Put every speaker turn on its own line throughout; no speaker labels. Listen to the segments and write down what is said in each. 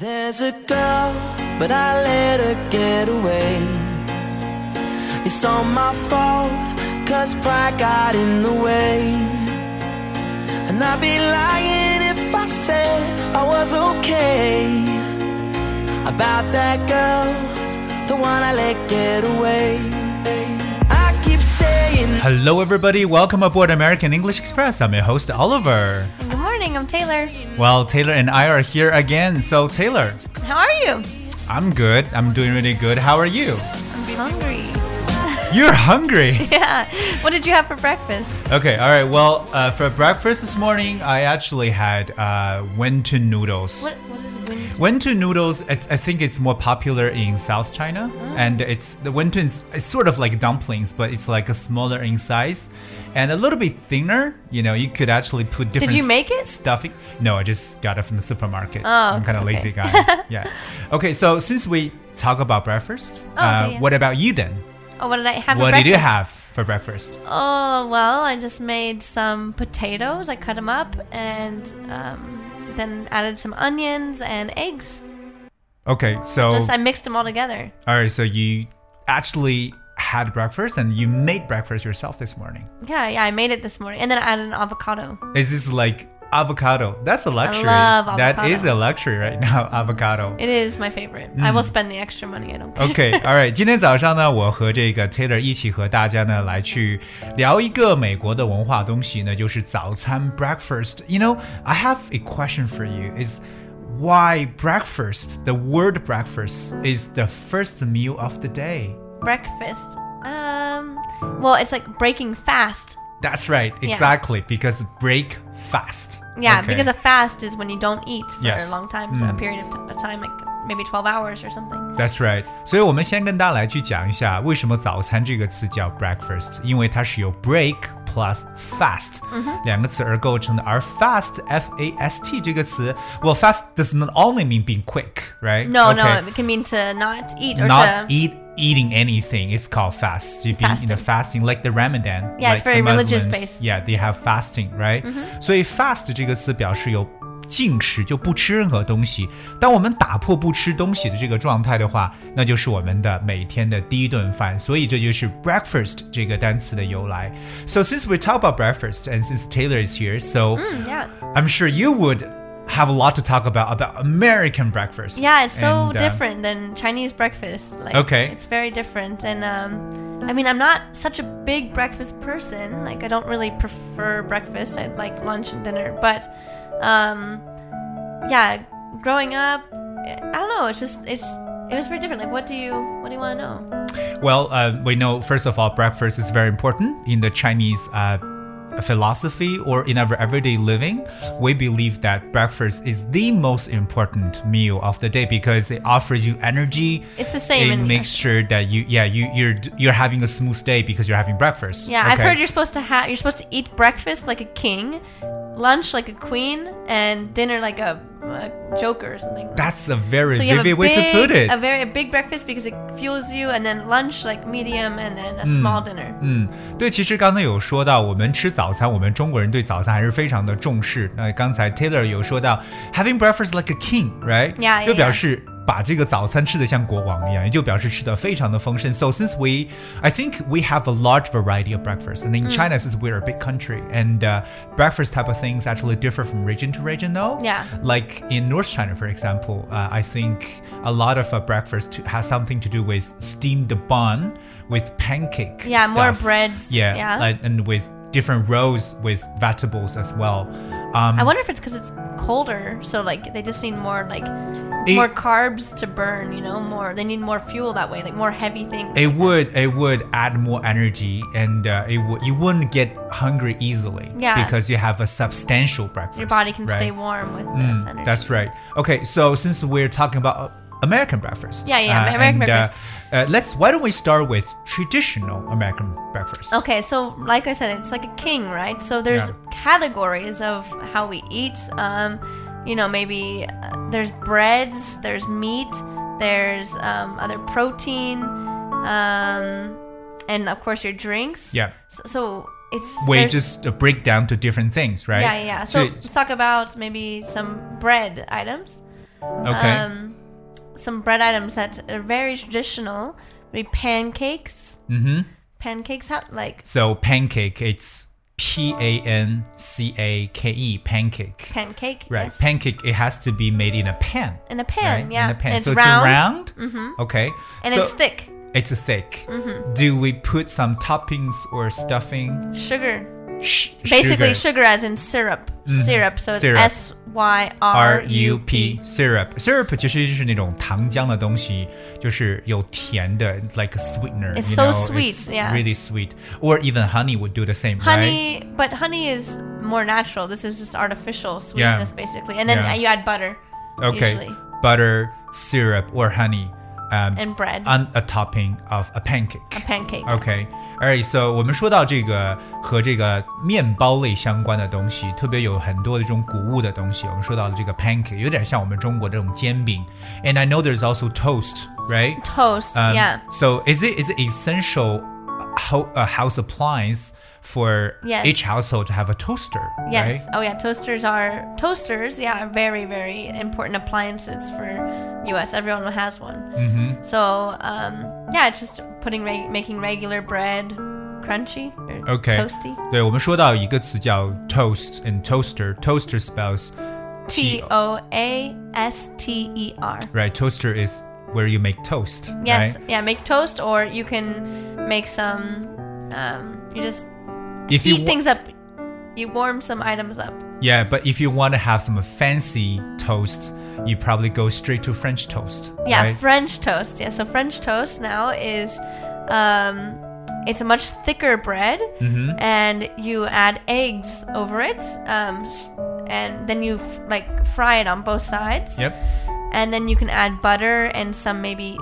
There's a girl, but I let her get away. It's all my fault, cause pride got in the way. And I'd be lying if I said I was okay. About that girl, the one I let get away. I keep saying,
Hello, everybody. Welcome aboard American English Express. I'm your host, Oliver.
Good morning, I'm Taylor.
Well, Taylor and I are here again. So, Taylor,
How are you?
I'm good. I'm doing really good. How are you?
I'm hungry.
You're hungry.
Yeah. What did you have for breakfast?
Okay, all right. Well, uh, for breakfast this morning, I actually had uh, wonton noodles.
What What is wind?
Wonton noodles, I, I think it's more popular in South China,
Ah.
and it's the wonton is it's sort of like dumplings, but it's like a smaller in size, and a little bit thinner. You know, you could actually put different.
you
s-
make it?
Stuffing? No, I just got it from the supermarket.
Oh,
I'm kind of
okay.
lazy guy. yeah. Okay, so since we talk about breakfast,
Oh, okay,
uh,
yeah.
what about you then?
Oh, what did I have for
what
breakfast?
did you have for breakfast?
Oh, well, I just made some potatoes. I cut them up and um, then added some onions and eggs.
Okay, so
Just I mixed them all together.
all right, so you actually had breakfast and you made breakfast yourself this morning.
Yeah, yeah, I made it this morning. And then I added an avocado.
Is this like avocado? That's a luxury.
love
That
avocado.
is a luxury right now, avocado.
It is my favorite.
Hmm.
I will spend the extra money. I don't care.
OK，all right，今天早上呢，我和这个 Taylor 一起和大家呢来去聊一个美国的文化东西呢，就是早餐 breakfast。You know, I have a question for you. Is why breakfast? The word breakfast is the first meal of the day.
Breakfast. Um, well, it's like breaking fast.
That's right,
Yeah.
exactly. Because break fast.
Yeah,
Okay.
because a fast is when you don't eat for
Yes. Hmm.
a long time, so a period of t- of time, like maybe 12 hours or something.
That's right。所以，我们先跟大家来去讲一下，为什么早餐这个词叫 breakfast，因为它是由 break plus fast、两个词而构成的。而 fast f a s t 这个词，well fast does not only mean being quick，right？Okay.
No, no, it can mean to not eat or
Not
to.
eat eating anything. It's called fast. So If you in the
Fasting.
fasting, like the Ramadan.
Yeah,
like
it's
the
very religious
Muslims,
based. Mm-hmm.
Yeah, they have fasting, right? 所以 fast 这个词表示有禁食，就不吃任何东西。当我们打破不吃东西的这个状态的话，那就是我们的每天的第一顿饭。所以这就是 breakfast 这个单词的由来。So since we talk about breakfast and since Taylor is here, so
Mm, yeah.
I'm sure you would. Have a lot to talk about about American breakfast.
Yeah, it's so
And, uh,
different than Chinese breakfast. Like,
Okay.
It's very different. And um, I mean, I'm not such a big breakfast person. Like, I don't really prefer breakfast. I like lunch and dinner. But um, yeah, growing up, I don't know. It's just, it's, it was very different. Like, what do you, what do you want to know?
Well, uh, we know first of all, breakfast is very important in the Chinese uh, philosophy or in our everyday living. We believe that breakfast is the most important meal of the day because it offers you energy.
It's the same
It
in-
makes sure that you, yeah, you you're you're having a smooth day because you're having breakfast.
Yeah, I've
Okay.
heard you're supposed to have you're supposed to eat breakfast like a king, lunch like a queen, and dinner like a, a joker or something.
That's a very
so you have
vivid
a
way to
big,
put it.
a very a big breakfast because it fuels you, and then lunch like medium, and then
Hmm.
a small dinner.
嗯，对，其实刚才有说到，我们吃早餐，我们中国人对早餐还是非常的重视。那刚才 Taylor 有说到，having breakfast like a king，right？
Yeah, yeah,
就表示把这个早餐吃得像国王一样，也就表示吃得非常的丰盛。So since we, I think we have a large variety of breakfast, and in China, since we're a big country, and、uh, breakfast type of things actually differ from region to region, though.
Yeah.
Like in North China, for example, uh, I think a lot of uh, breakfast to, has something to do with steamed bun with pancake.
Yeah, more
stuff.
breads,
Yeah,
yeah.
like- and with different rows with vegetables as well. Um,
I wonder if it's because it's colder, so like they just need more like
It-
more carbs to burn. You know, more they need more fuel that way, like more heavy things.
it would it would add more energy, and uh, it would you wouldn't get hungry easily.
Yeah.
because you have a substantial breakfast.
Your body can
right? Hmm,
stay warm with this energy.
That's right. Okay, so since we're talking about uh, American breakfast,
Yeah, yeah, American
and,
breakfast.
Uh, uh, let's why don't we start with traditional American breakfast?
Okay, so like I said, it's like a king, right? So there's
Yeah.
categories of how we eat. Um, you know, maybe uh, there's breads, there's meat, there's um, other protein, um, and of course your drinks.
Yeah.
So, so it's
We
there's-
just uh, break down to different things, right?
yeah yeah. yeah. So
it's-
let's talk about maybe some bread items.
Okay.
Um, some bread items that are very traditional, maybe pancakes.
mm-hmm.
Pancakes have like
So pancake, it's P A N C A K E, pancake.
pancake.
Right.
yes.
Pancake, it has to be made in a pan.
in a pan,
right?
yeah.
In a pan.
And it's
so
round
it's round. Mm-hmm. Okay.
and
so
it's Mm-hmm. thick.
It's thick. Do we put some toppings or stuffing?
Sugar.
Sh-
Basically, sugar as in syrup. Syrup. So it's
Mm-hmm. syrup.
S Y R
R
U
U
P.
P syrup syrup 其实就是那种糖浆的东西，就是有甜的，like a sweetener.
It's
you
so
know,
sweet,
it's
yeah.
Really sweet. Or even honey would do the same. Right?
Honey, but honey is more natural. This is just artificial sweetness, basically. And then
Yeah.
uh, you add butter.
Okay.
Usually.
Butter, syrup, or honey. Um,
And bread.
on a topping of a pancake.
a pancake.
OK，而且 so 我们说到这个和这个面包类相关的东西，特别有很多的这种谷物的东西，我们说到的这个 pancake 有点像我们中国这种煎饼。And I know there's also toast, right?
Toast.
Um,
yeah.
So is it is it essential ho uh, house appliance for
Yes.
each household to have a toaster?
Yes.
right?
Oh yeah. Toasters are toasters. Yeah, are very very important appliances for U.S. Everyone has one. Mm-hmm. So um, yeah, it's just putting reg- making regular bread crunchy or
Okay.
toasty.
对，我们说到一个词叫 toast and toaster. Toaster spells
T O A S T E R.
right. Toaster is where you make toast.
Yes.
right?
Yeah. Make toast, or you can make some. Um, you just
If
heat
wa-
things up. You warm some items up.
Yeah, but if you want to have some fancy toast, you probably go straight to French toast.
Yeah,
right?
French toast. Yeah, so French toast now is, um, it's a much thicker bread,
Mm-hmm.
and you add eggs over it, um, s- and then you f- like fry it on both sides.
Yep.
And then you can add butter and some maybe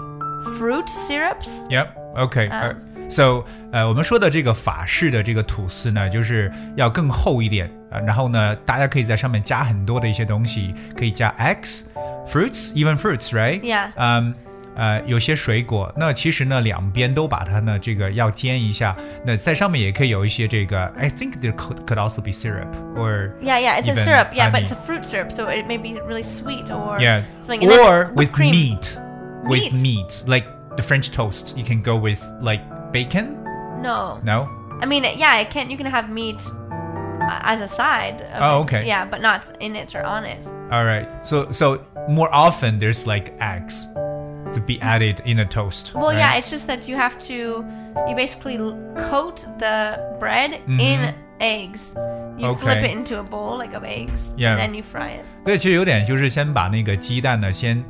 fruit syrups.
Yep. OK.
Um,
呃 so 呃，我们说的这个法式的这个吐司呢，就是要更厚一点呃，然后呢，大家可以在上面加很多的一些东西，可以加 eggs, fruits, even fruits, right?
Yeah.
嗯。呃，有些水果，那其实呢，两边都把它呢，这个要煎一下。那在上面也可以有一些这个，I think there could could also be syrup or
Yeah, yeah, it's a
Even
syrup. Yeah, but it's a
honey.
fruit syrup, so it may be really sweet or
Yeah.
something. And then
Or
whipped
with
cream.
meat. With
Meat.
meat. Like the French toast. You can go with like bacon?
No.
No?
I mean, yeah, it can. You can have meat as a side. of
Oh,
it.
okay.
Yeah, but not in it or on it.
Alright. So so more often there's like eggs to be added in a toast.
Well, yeah,
right?
it's just that you have to. You basically l- coat the bread in eggs. You flip
Mm-hmm. Okay.
it into a bowl like of eggs,
Yeah.
and then you fry it.
对，其实有点就是先把那个鸡蛋呢先。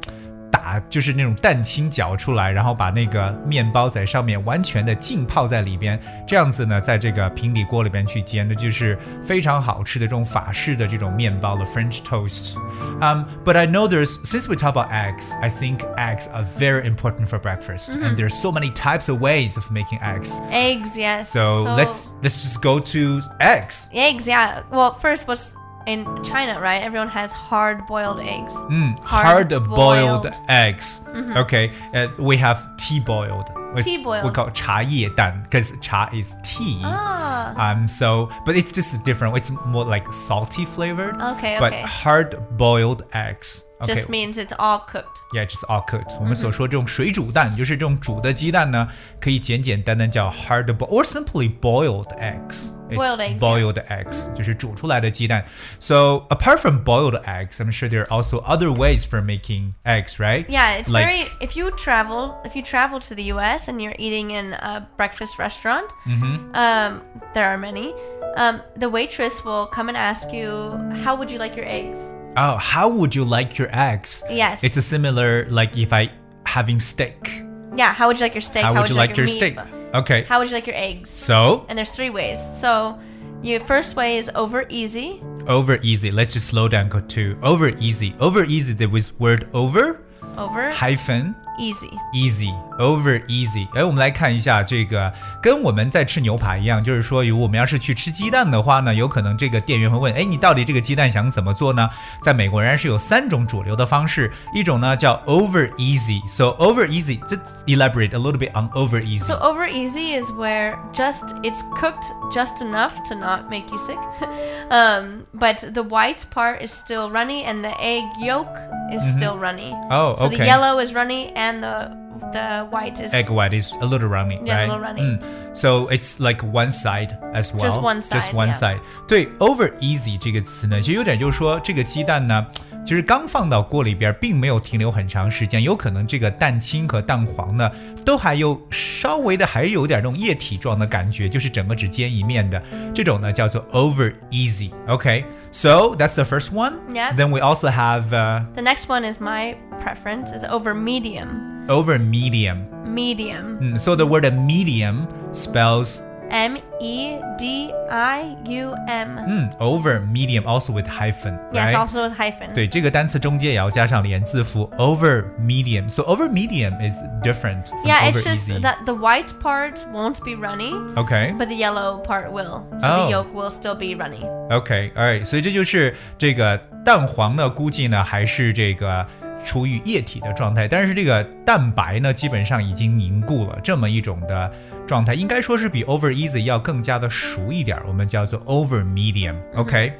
打就是那种蛋清搅出来，然后把那个面包在上面完全的浸泡在里边，这样子呢，在这个平底锅里边去煎，那就是非常好吃的这种法式的这种面包的 French toast。Um, but I know there's since we talk about eggs, I think eggs are very important for breakfast,
Mm-hmm.
and there's so many types of ways of making eggs.
Eggs, yes.
So, let's let's just go to eggs.
eggs. Yeah. Well, first, what's in China, right? Everyone has hard-boiled eggs.
Mm, hard boiled eggs.
Mm-hmm.
Okay, uh, we have tea boiled. We-
Tea boiled.
We call 茶叶蛋 because 茶 is tea.
Ah.
Um, so but it's just different. It's more like salty flavored.
Okay,
But
okay.
hard boiled eggs. Okay.
Just means it's all cooked.
Yeah, just all cooked. 我们所说这种水煮蛋，就是这种煮的鸡蛋呢，可以简简单单叫 hard boiled or simply boiled eggs. It's
Boiled eggs,
boiled eggs 就是煮出来的鸡蛋。So apart from boiled eggs, I'm sure there are also other ways for making eggs, right?
Yeah, it's
Like-
very. If you travel, if you travel to the U.S. and you're eating in a breakfast restaurant,
Mm-hmm.
um, there are many. Um, the waitress will come and ask you, "How would you like your eggs?"
Oh, how would you like your eggs?
Yes.
It's a similar like if I having steak.
Yeah, how would you like your steak?
How, would you like your
meat?
steak? Okay.
How would you like your eggs?
so
And there's three ways. So, your first way is over easy.
over easy. Let's just slow down. Go to over easy. Over easy. There was word over.
Over
hyphen
easy.
easy over easy。哎，我们来看一下这个，跟我们在吃牛排一样，就是说，如果我们要是去吃鸡蛋的话呢，有可能这个店员会问，哎，你到底这个鸡蛋想怎么做呢？在美国仍然是有三种主流的方式，一种呢叫 over easy。So over easy, just elaborate a little bit on over easy.
So over easy is where just it's cooked just enough to not make you sick, um, but the white part is still runny and the egg yolk is still runny.
Mm-hmm. Oh,
So the
okay.
yellow is runny and the the white is
Egg white is a little runny,
Yeah, a
right?
little runny.
嗯，so it's like one side as well.
Just one
Just
side,
one
yeah.
side. 对，over easy 这个词呢，就有点就是说这个鸡蛋呢，其实刚放到锅里边，并没有停留很长时间，有可能这个蛋清和蛋黄呢，都还有稍微的还有点那种液体状的感觉，就是整个只煎一面的这种呢，叫做 over easy. Okay, so that's the first one.
Yep.
Then we also have、uh,
The next one is my preference is over medium.
over medium.
Medium.
嗯，so the word medium spells
M E D I U M.
嗯，over medium also with hyphen，Mm.
Yes,
right?
also with hyphen.
对，这个单词中间也要加上连字符，over medium。So over medium is different. from
Yeah, it's
over
just
easy.
that the white part won't be runny,
Okay,
but the yellow part will. So
Oh.
the yolk will still be runny.
okay, alright. 所以这就是这个蛋黄呢，估计呢还是这个处于液体的状态，但是这个蛋白呢，基本上已经凝固了。这么一种的状态，应该说是比 over easy 要更加的熟一点儿，我们叫做 over medium. Okay,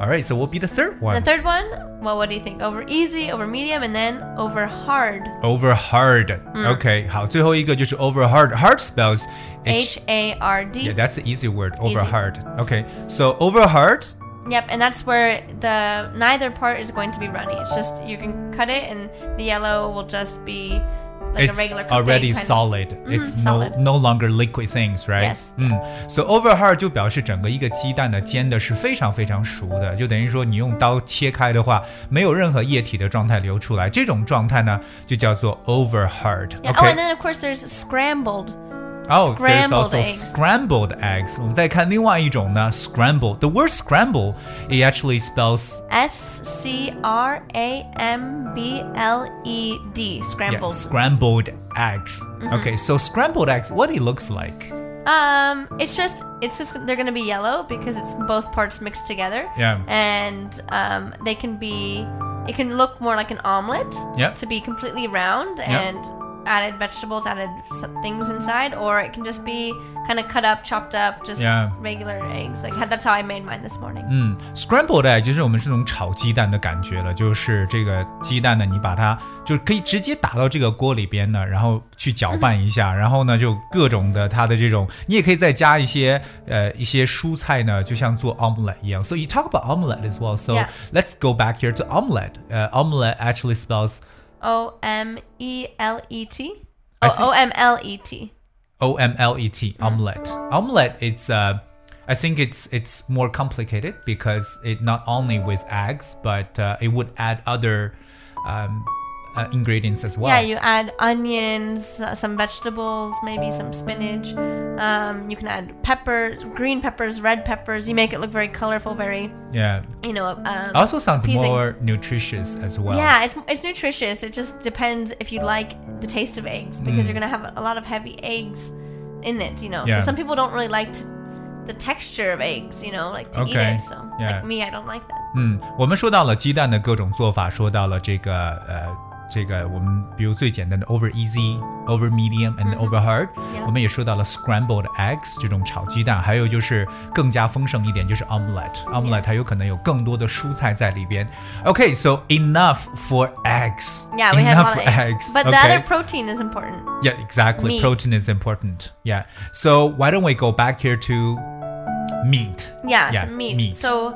alright. So we'll be the third one.
The third one, well, what do you think? Over easy, over medium, and then over hard.
Over hard.
Mm.
Okay，好，最后一个就是 over hard. Hard spells
H A R D.
Yeah, that's the easy word. Over
Easy.
hard. Okay, so over hard.
Yep, and that's where the neither part is going to be runny. It's just you can cut it, and the yellow will just be like
it's
a regular cooked
already
egg kind of.
solid.
Mm-hmm,
it's no
solid.
no longer liquid things, right?
Yes.
嗯，so over hard 就表示整个一个鸡蛋呢煎的是非常非常熟的，就等于说你用刀切开的话，没有任何液体的状态流出来。这种状态呢就叫做 over hard.
Yeah. Oh,
OK，
and then of course there's scrambled.
Oh, there's
Scrambled
also
eggs.
scrambled eggs. 我们再看另外一种呢，scramble. The word scramble it actually spells
S C R A M B L E D.
yeah,
Scrambled. Mm-hmm.
scrambled eggs. Okay, so scrambled eggs, what it looks like?
Um, it's just it's just they're gonna be yellow because it's both parts mixed together.
Yeah.
And um, they can be it can look more like an omelet.
Yep.
To be completely round and added vegetables, added some things inside, or it can just be kind of cut up, chopped up, just
Yeah. Hmm.
regular eggs. Like that's how I made mine this morning.
嗯，scrambled egg 就是我们这种炒鸡蛋的感觉了，就是这个鸡蛋呢，你把它就是可以直接打到这个锅里边呢，然后去搅拌一下，然后呢就各种的它的这种，你也可以再加一些呃一些蔬菜呢，就像做 omelette 一样。So you talk about omelette as well. So
Yeah.
let's go back here to omelette. 呃、omelette actually spells
O M E L E T.
I
Oh,
think-
O M L E T.
O M L E
Mm.
T omelette. Omelette it's uh I think it's it's more complicated because it not only with eggs but uh, it would add other um, uh, ingredients as well.
Yeah, you add onions, uh, some vegetables, maybe some spinach. Um, you can add peppers, green peppers, red peppers. You make it look very colorful, very
Yeah.
you know. Um,
Also sounds
Appeasing.
more nutritious as well.
yeah, it's, it's nutritious. It just depends if you like the taste of eggs because you're gonna have a lot of heavy eggs in it. You know,
Mm. Yeah.
so some people don't really like t the texture of eggs. You know, like to eat
Okay.
it. So
Yeah. Mm,
like me, I don't like that.
嗯，我们说到了鸡蛋的各种做法，说到了这个呃，这个我们比如最简单的 over easy、over medium and over hard，、
Yeah
我们也说到了 scrambled eggs 这种炒鸡蛋，还有就是更加丰盛一点就是 omelette，omelette 它有可能有更多的蔬菜在里边。OK，so、enough for eggs。
Yeah, we
enough
had a lot of
for
eggs,
eggs.
but the
okay?
other protein is important.
Yeah, exactly.
Meat.
Protein is important. Yeah. So why don't we go back here to meat?
Yeah,
Yeah,
some meat.
meat.
So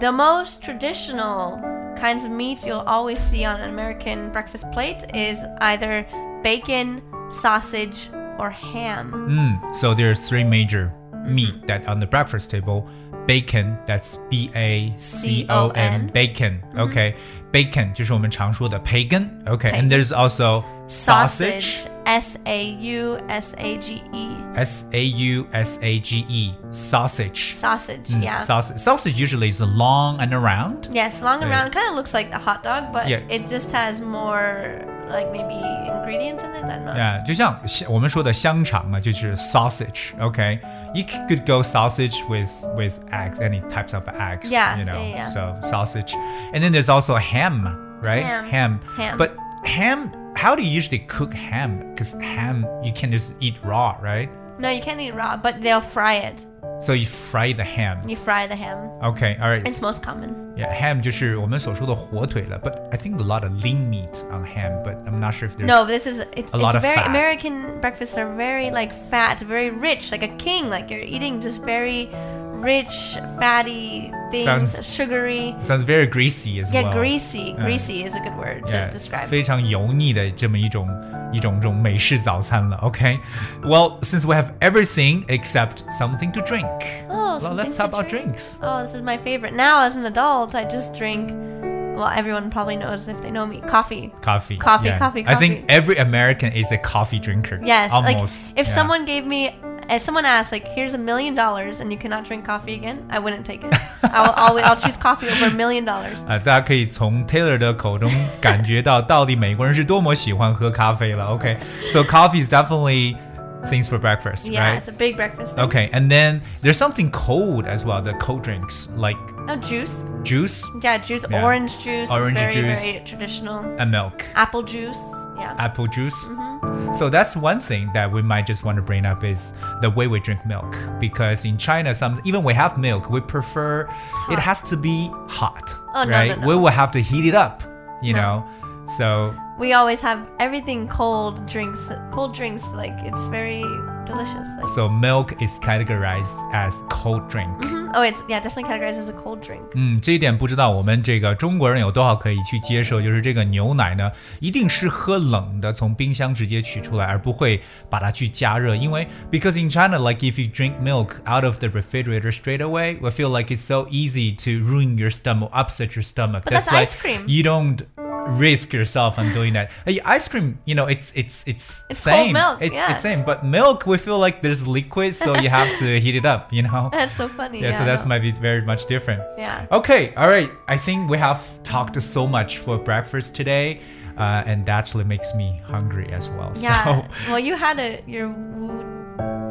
the most traditional kinds of meat you'll always see on an American breakfast plate is either bacon, sausage, or ham.
Mm, so there are three major meat that on the breakfast table. Bacon, that's B A C O N, Mm-hmm.
C-O-N.
bacon. Okay. bacon 就是我们常说的培根。
培根。
OK，and there's also sausage。
S A U S A G E.
S A U S A G E sausage.
Sausage,
Mm,
yeah.
Sausage. Sausage usually is long and around.
yes, long and
Yeah.
round. Kind of looks like a hot dog, but
Yeah.
it just has more, like maybe ingredients in it. I don't know.
啊，就像香我们说的香肠嘛，就是 sausage。OK，you、could go sausage with with eggs, any types of eggs.
Yeah,
you know,
yeah, yeah.
so sausage. And then there's also ham, right?
Ham,
Ham.
ham.
But ham. How do you usually cook ham? Because ham you can just eat raw, right?
No, you can't eat raw, but they'll fry it.
So you fry the ham.
You fry the ham.
Okay, all right.
It's most common.
Yeah, ham 就是我们所说的火腿了。But I think a lot of lean meat on ham. But I'm not sure if there's
No, this is it's,
a lot
it's
of
very
fat.
American breakfasts are very like fat, very rich, like a king. Like you're eating just very rich, fatty things,
Sounds-
sugary.
Sounds very greasy as
Yeah,
well.
greasy.
Yeah.
Greasy is a good word to
Yeah,
describe.
非常油腻的这么一种一种这种美式早餐了。OK, well since we have everything except something to drink,
Oh,
well
some
let's
things
talk
to
about
drink.
drinks.
Oh, this is my favorite. Now, as an adult, I just drink. Well, everyone probably knows if they know me. Coffee.
Coffee,
Coffee, coffee,
I think
coffee.
every American is a coffee drinker.
Yes.
almost.
Like, if
yeah.
someone gave me, if someone asked, like, here's a million dollars and you cannot drink coffee again, I wouldn't take it. I'll, I'll, I'll choose coffee over a million dollars.
啊，大家可以从 Taylor 的口中感觉到到底美国人是多么喜欢喝咖啡了。OK，so、coffee is definitely things for breakfast,
Yeah,
right?
it's a big breakfast. Thing.
Okay, and then there's something cold as well. The cold drinks like
No juice.
juice
Yeah, juice.
Yeah.
Orange juice.
Orange
is very,
juice.
Very traditional.
and milk.
Apple juice. Yeah.
apple juice.
Mm-hmm.
So that's one thing that we might just want to bring up is the way we drink milk because in China, some even we have milk, we prefer it has to be hot,
Oh, no, no,
right?
no.
We will have to heat it up, you know. So
we always have everything cold drinks. Cold drinks, like it's very delicious. Like,
so milk is categorized as cold drink.
Oh, it's yeah, definitely categorized as a cold drink.
嗯，这一点不知道我们这个中国人有多少可以去接受，就是这个牛奶呢，一定是喝冷的，从冰箱直接取出来，而不会把它去加热，因为 because in China, like if you drink milk out of the refrigerator straight away, we feel like it's so easy to ruin your stomach, upset your stomach.
But that's
why
ice cream.
You don't risk yourself on doing that. Hey, ice cream, you know, it's it's it's
It's cold
same.
milk,
it's
yeah.
it's same, but milk we feel like there's liquid, so you have to heat it up, you know.
That's so funny.
Yeah, so that's
no.
might be very much different.
Yeah.
Okay, all right. I think we have talked so much for breakfast today, uh, and that actually makes me hungry as well.
Yeah.
So,
Well, you had a your w-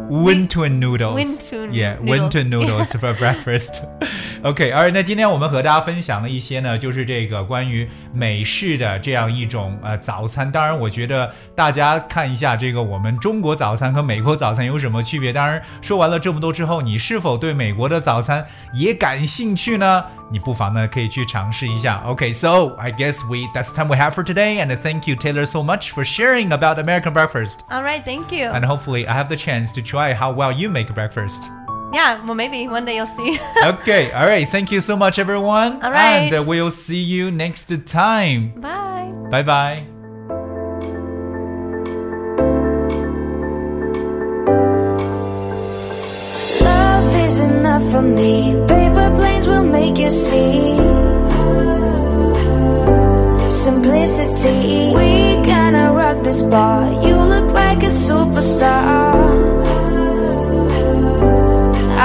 winton noodles.
Winton
yeah,
noodles.
winton noodles for breakfast. OK，all right，那今天我们和大家分享了一些呢，就是这个关于美式的这样一种呃早餐。当然，我觉得大家看一下这个我们中国早餐和美国早餐有什么区别。当然，说完了这么多之后，你是否对美国的早餐也感兴趣呢？你不妨呢可以去尝试一下。OK，so、I guess we that's the time we have for today, and thank you Taylor so much for sharing about American breakfast.
All right, thank you.
And hopefully, I have the chance to try how well you make breakfast.
yeah. Well, maybe one day you'll see.
okay, all right. Thank you so much, everyone.
All
And
right.
uh, we'll see you next time.
Bye.
Bye bye.
Love is enough for me. Paper planes will make you see. Simplicity. We gonna rock this bar. You look like a superstar.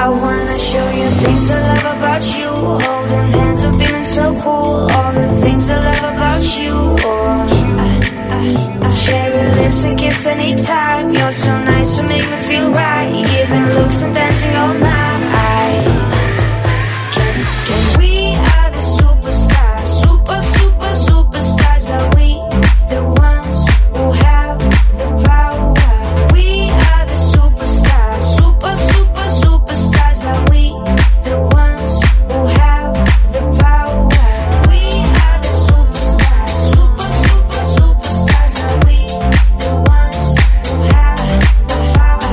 I wanna show you things I love about you. Holding hands and feeling so cool. All the things I love about you. Oh, Cherry lips and kiss anytime. You're so nice to make me feel right. Giving looks and dancing all night. Can, can we are the superstars, super, super, superstars. Are we the ones who have the power? We are the superstars, super, super, superstars. Are we the ones who have the power? We are the superstars, super, super, superstars. Are we the ones who have the power?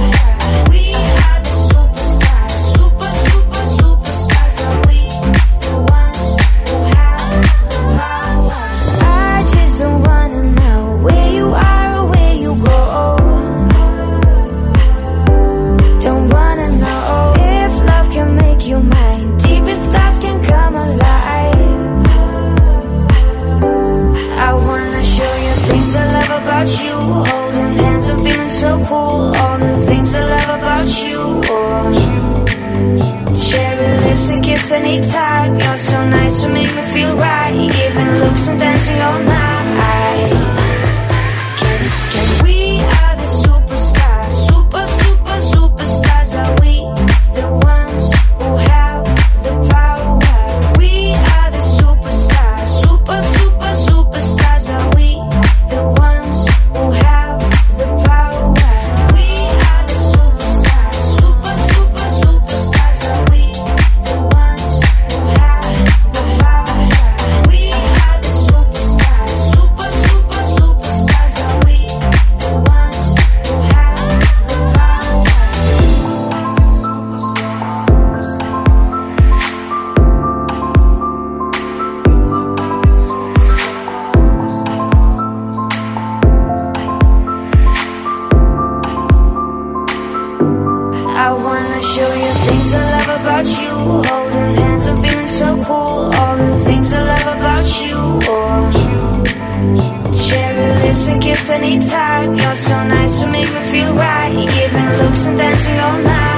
We are the superstars, super. about you. Holding hands and feeling so cool. All the things I love about you. Oh. Cherry lips and kiss anytime. You're so nice, you make me feel right. Giving looks and dancing all night. Can, can we are the superstars, super, super, superstars? Are we the ones who have the power? We are the superstars, super, super, superstars. Are we the ones who have the power? We are the superstars, super, super, superstars. Are we the ones who have the power? We are the superstars, super, super, superstars. Are we the ones who have the power? I wanna show you things I love about you. Holding hands and feeling so cool. All the things I love about you. Oh. Cherry lips and kiss anytime. You're so nice, you make me feel right. Giving looks and dancing all night.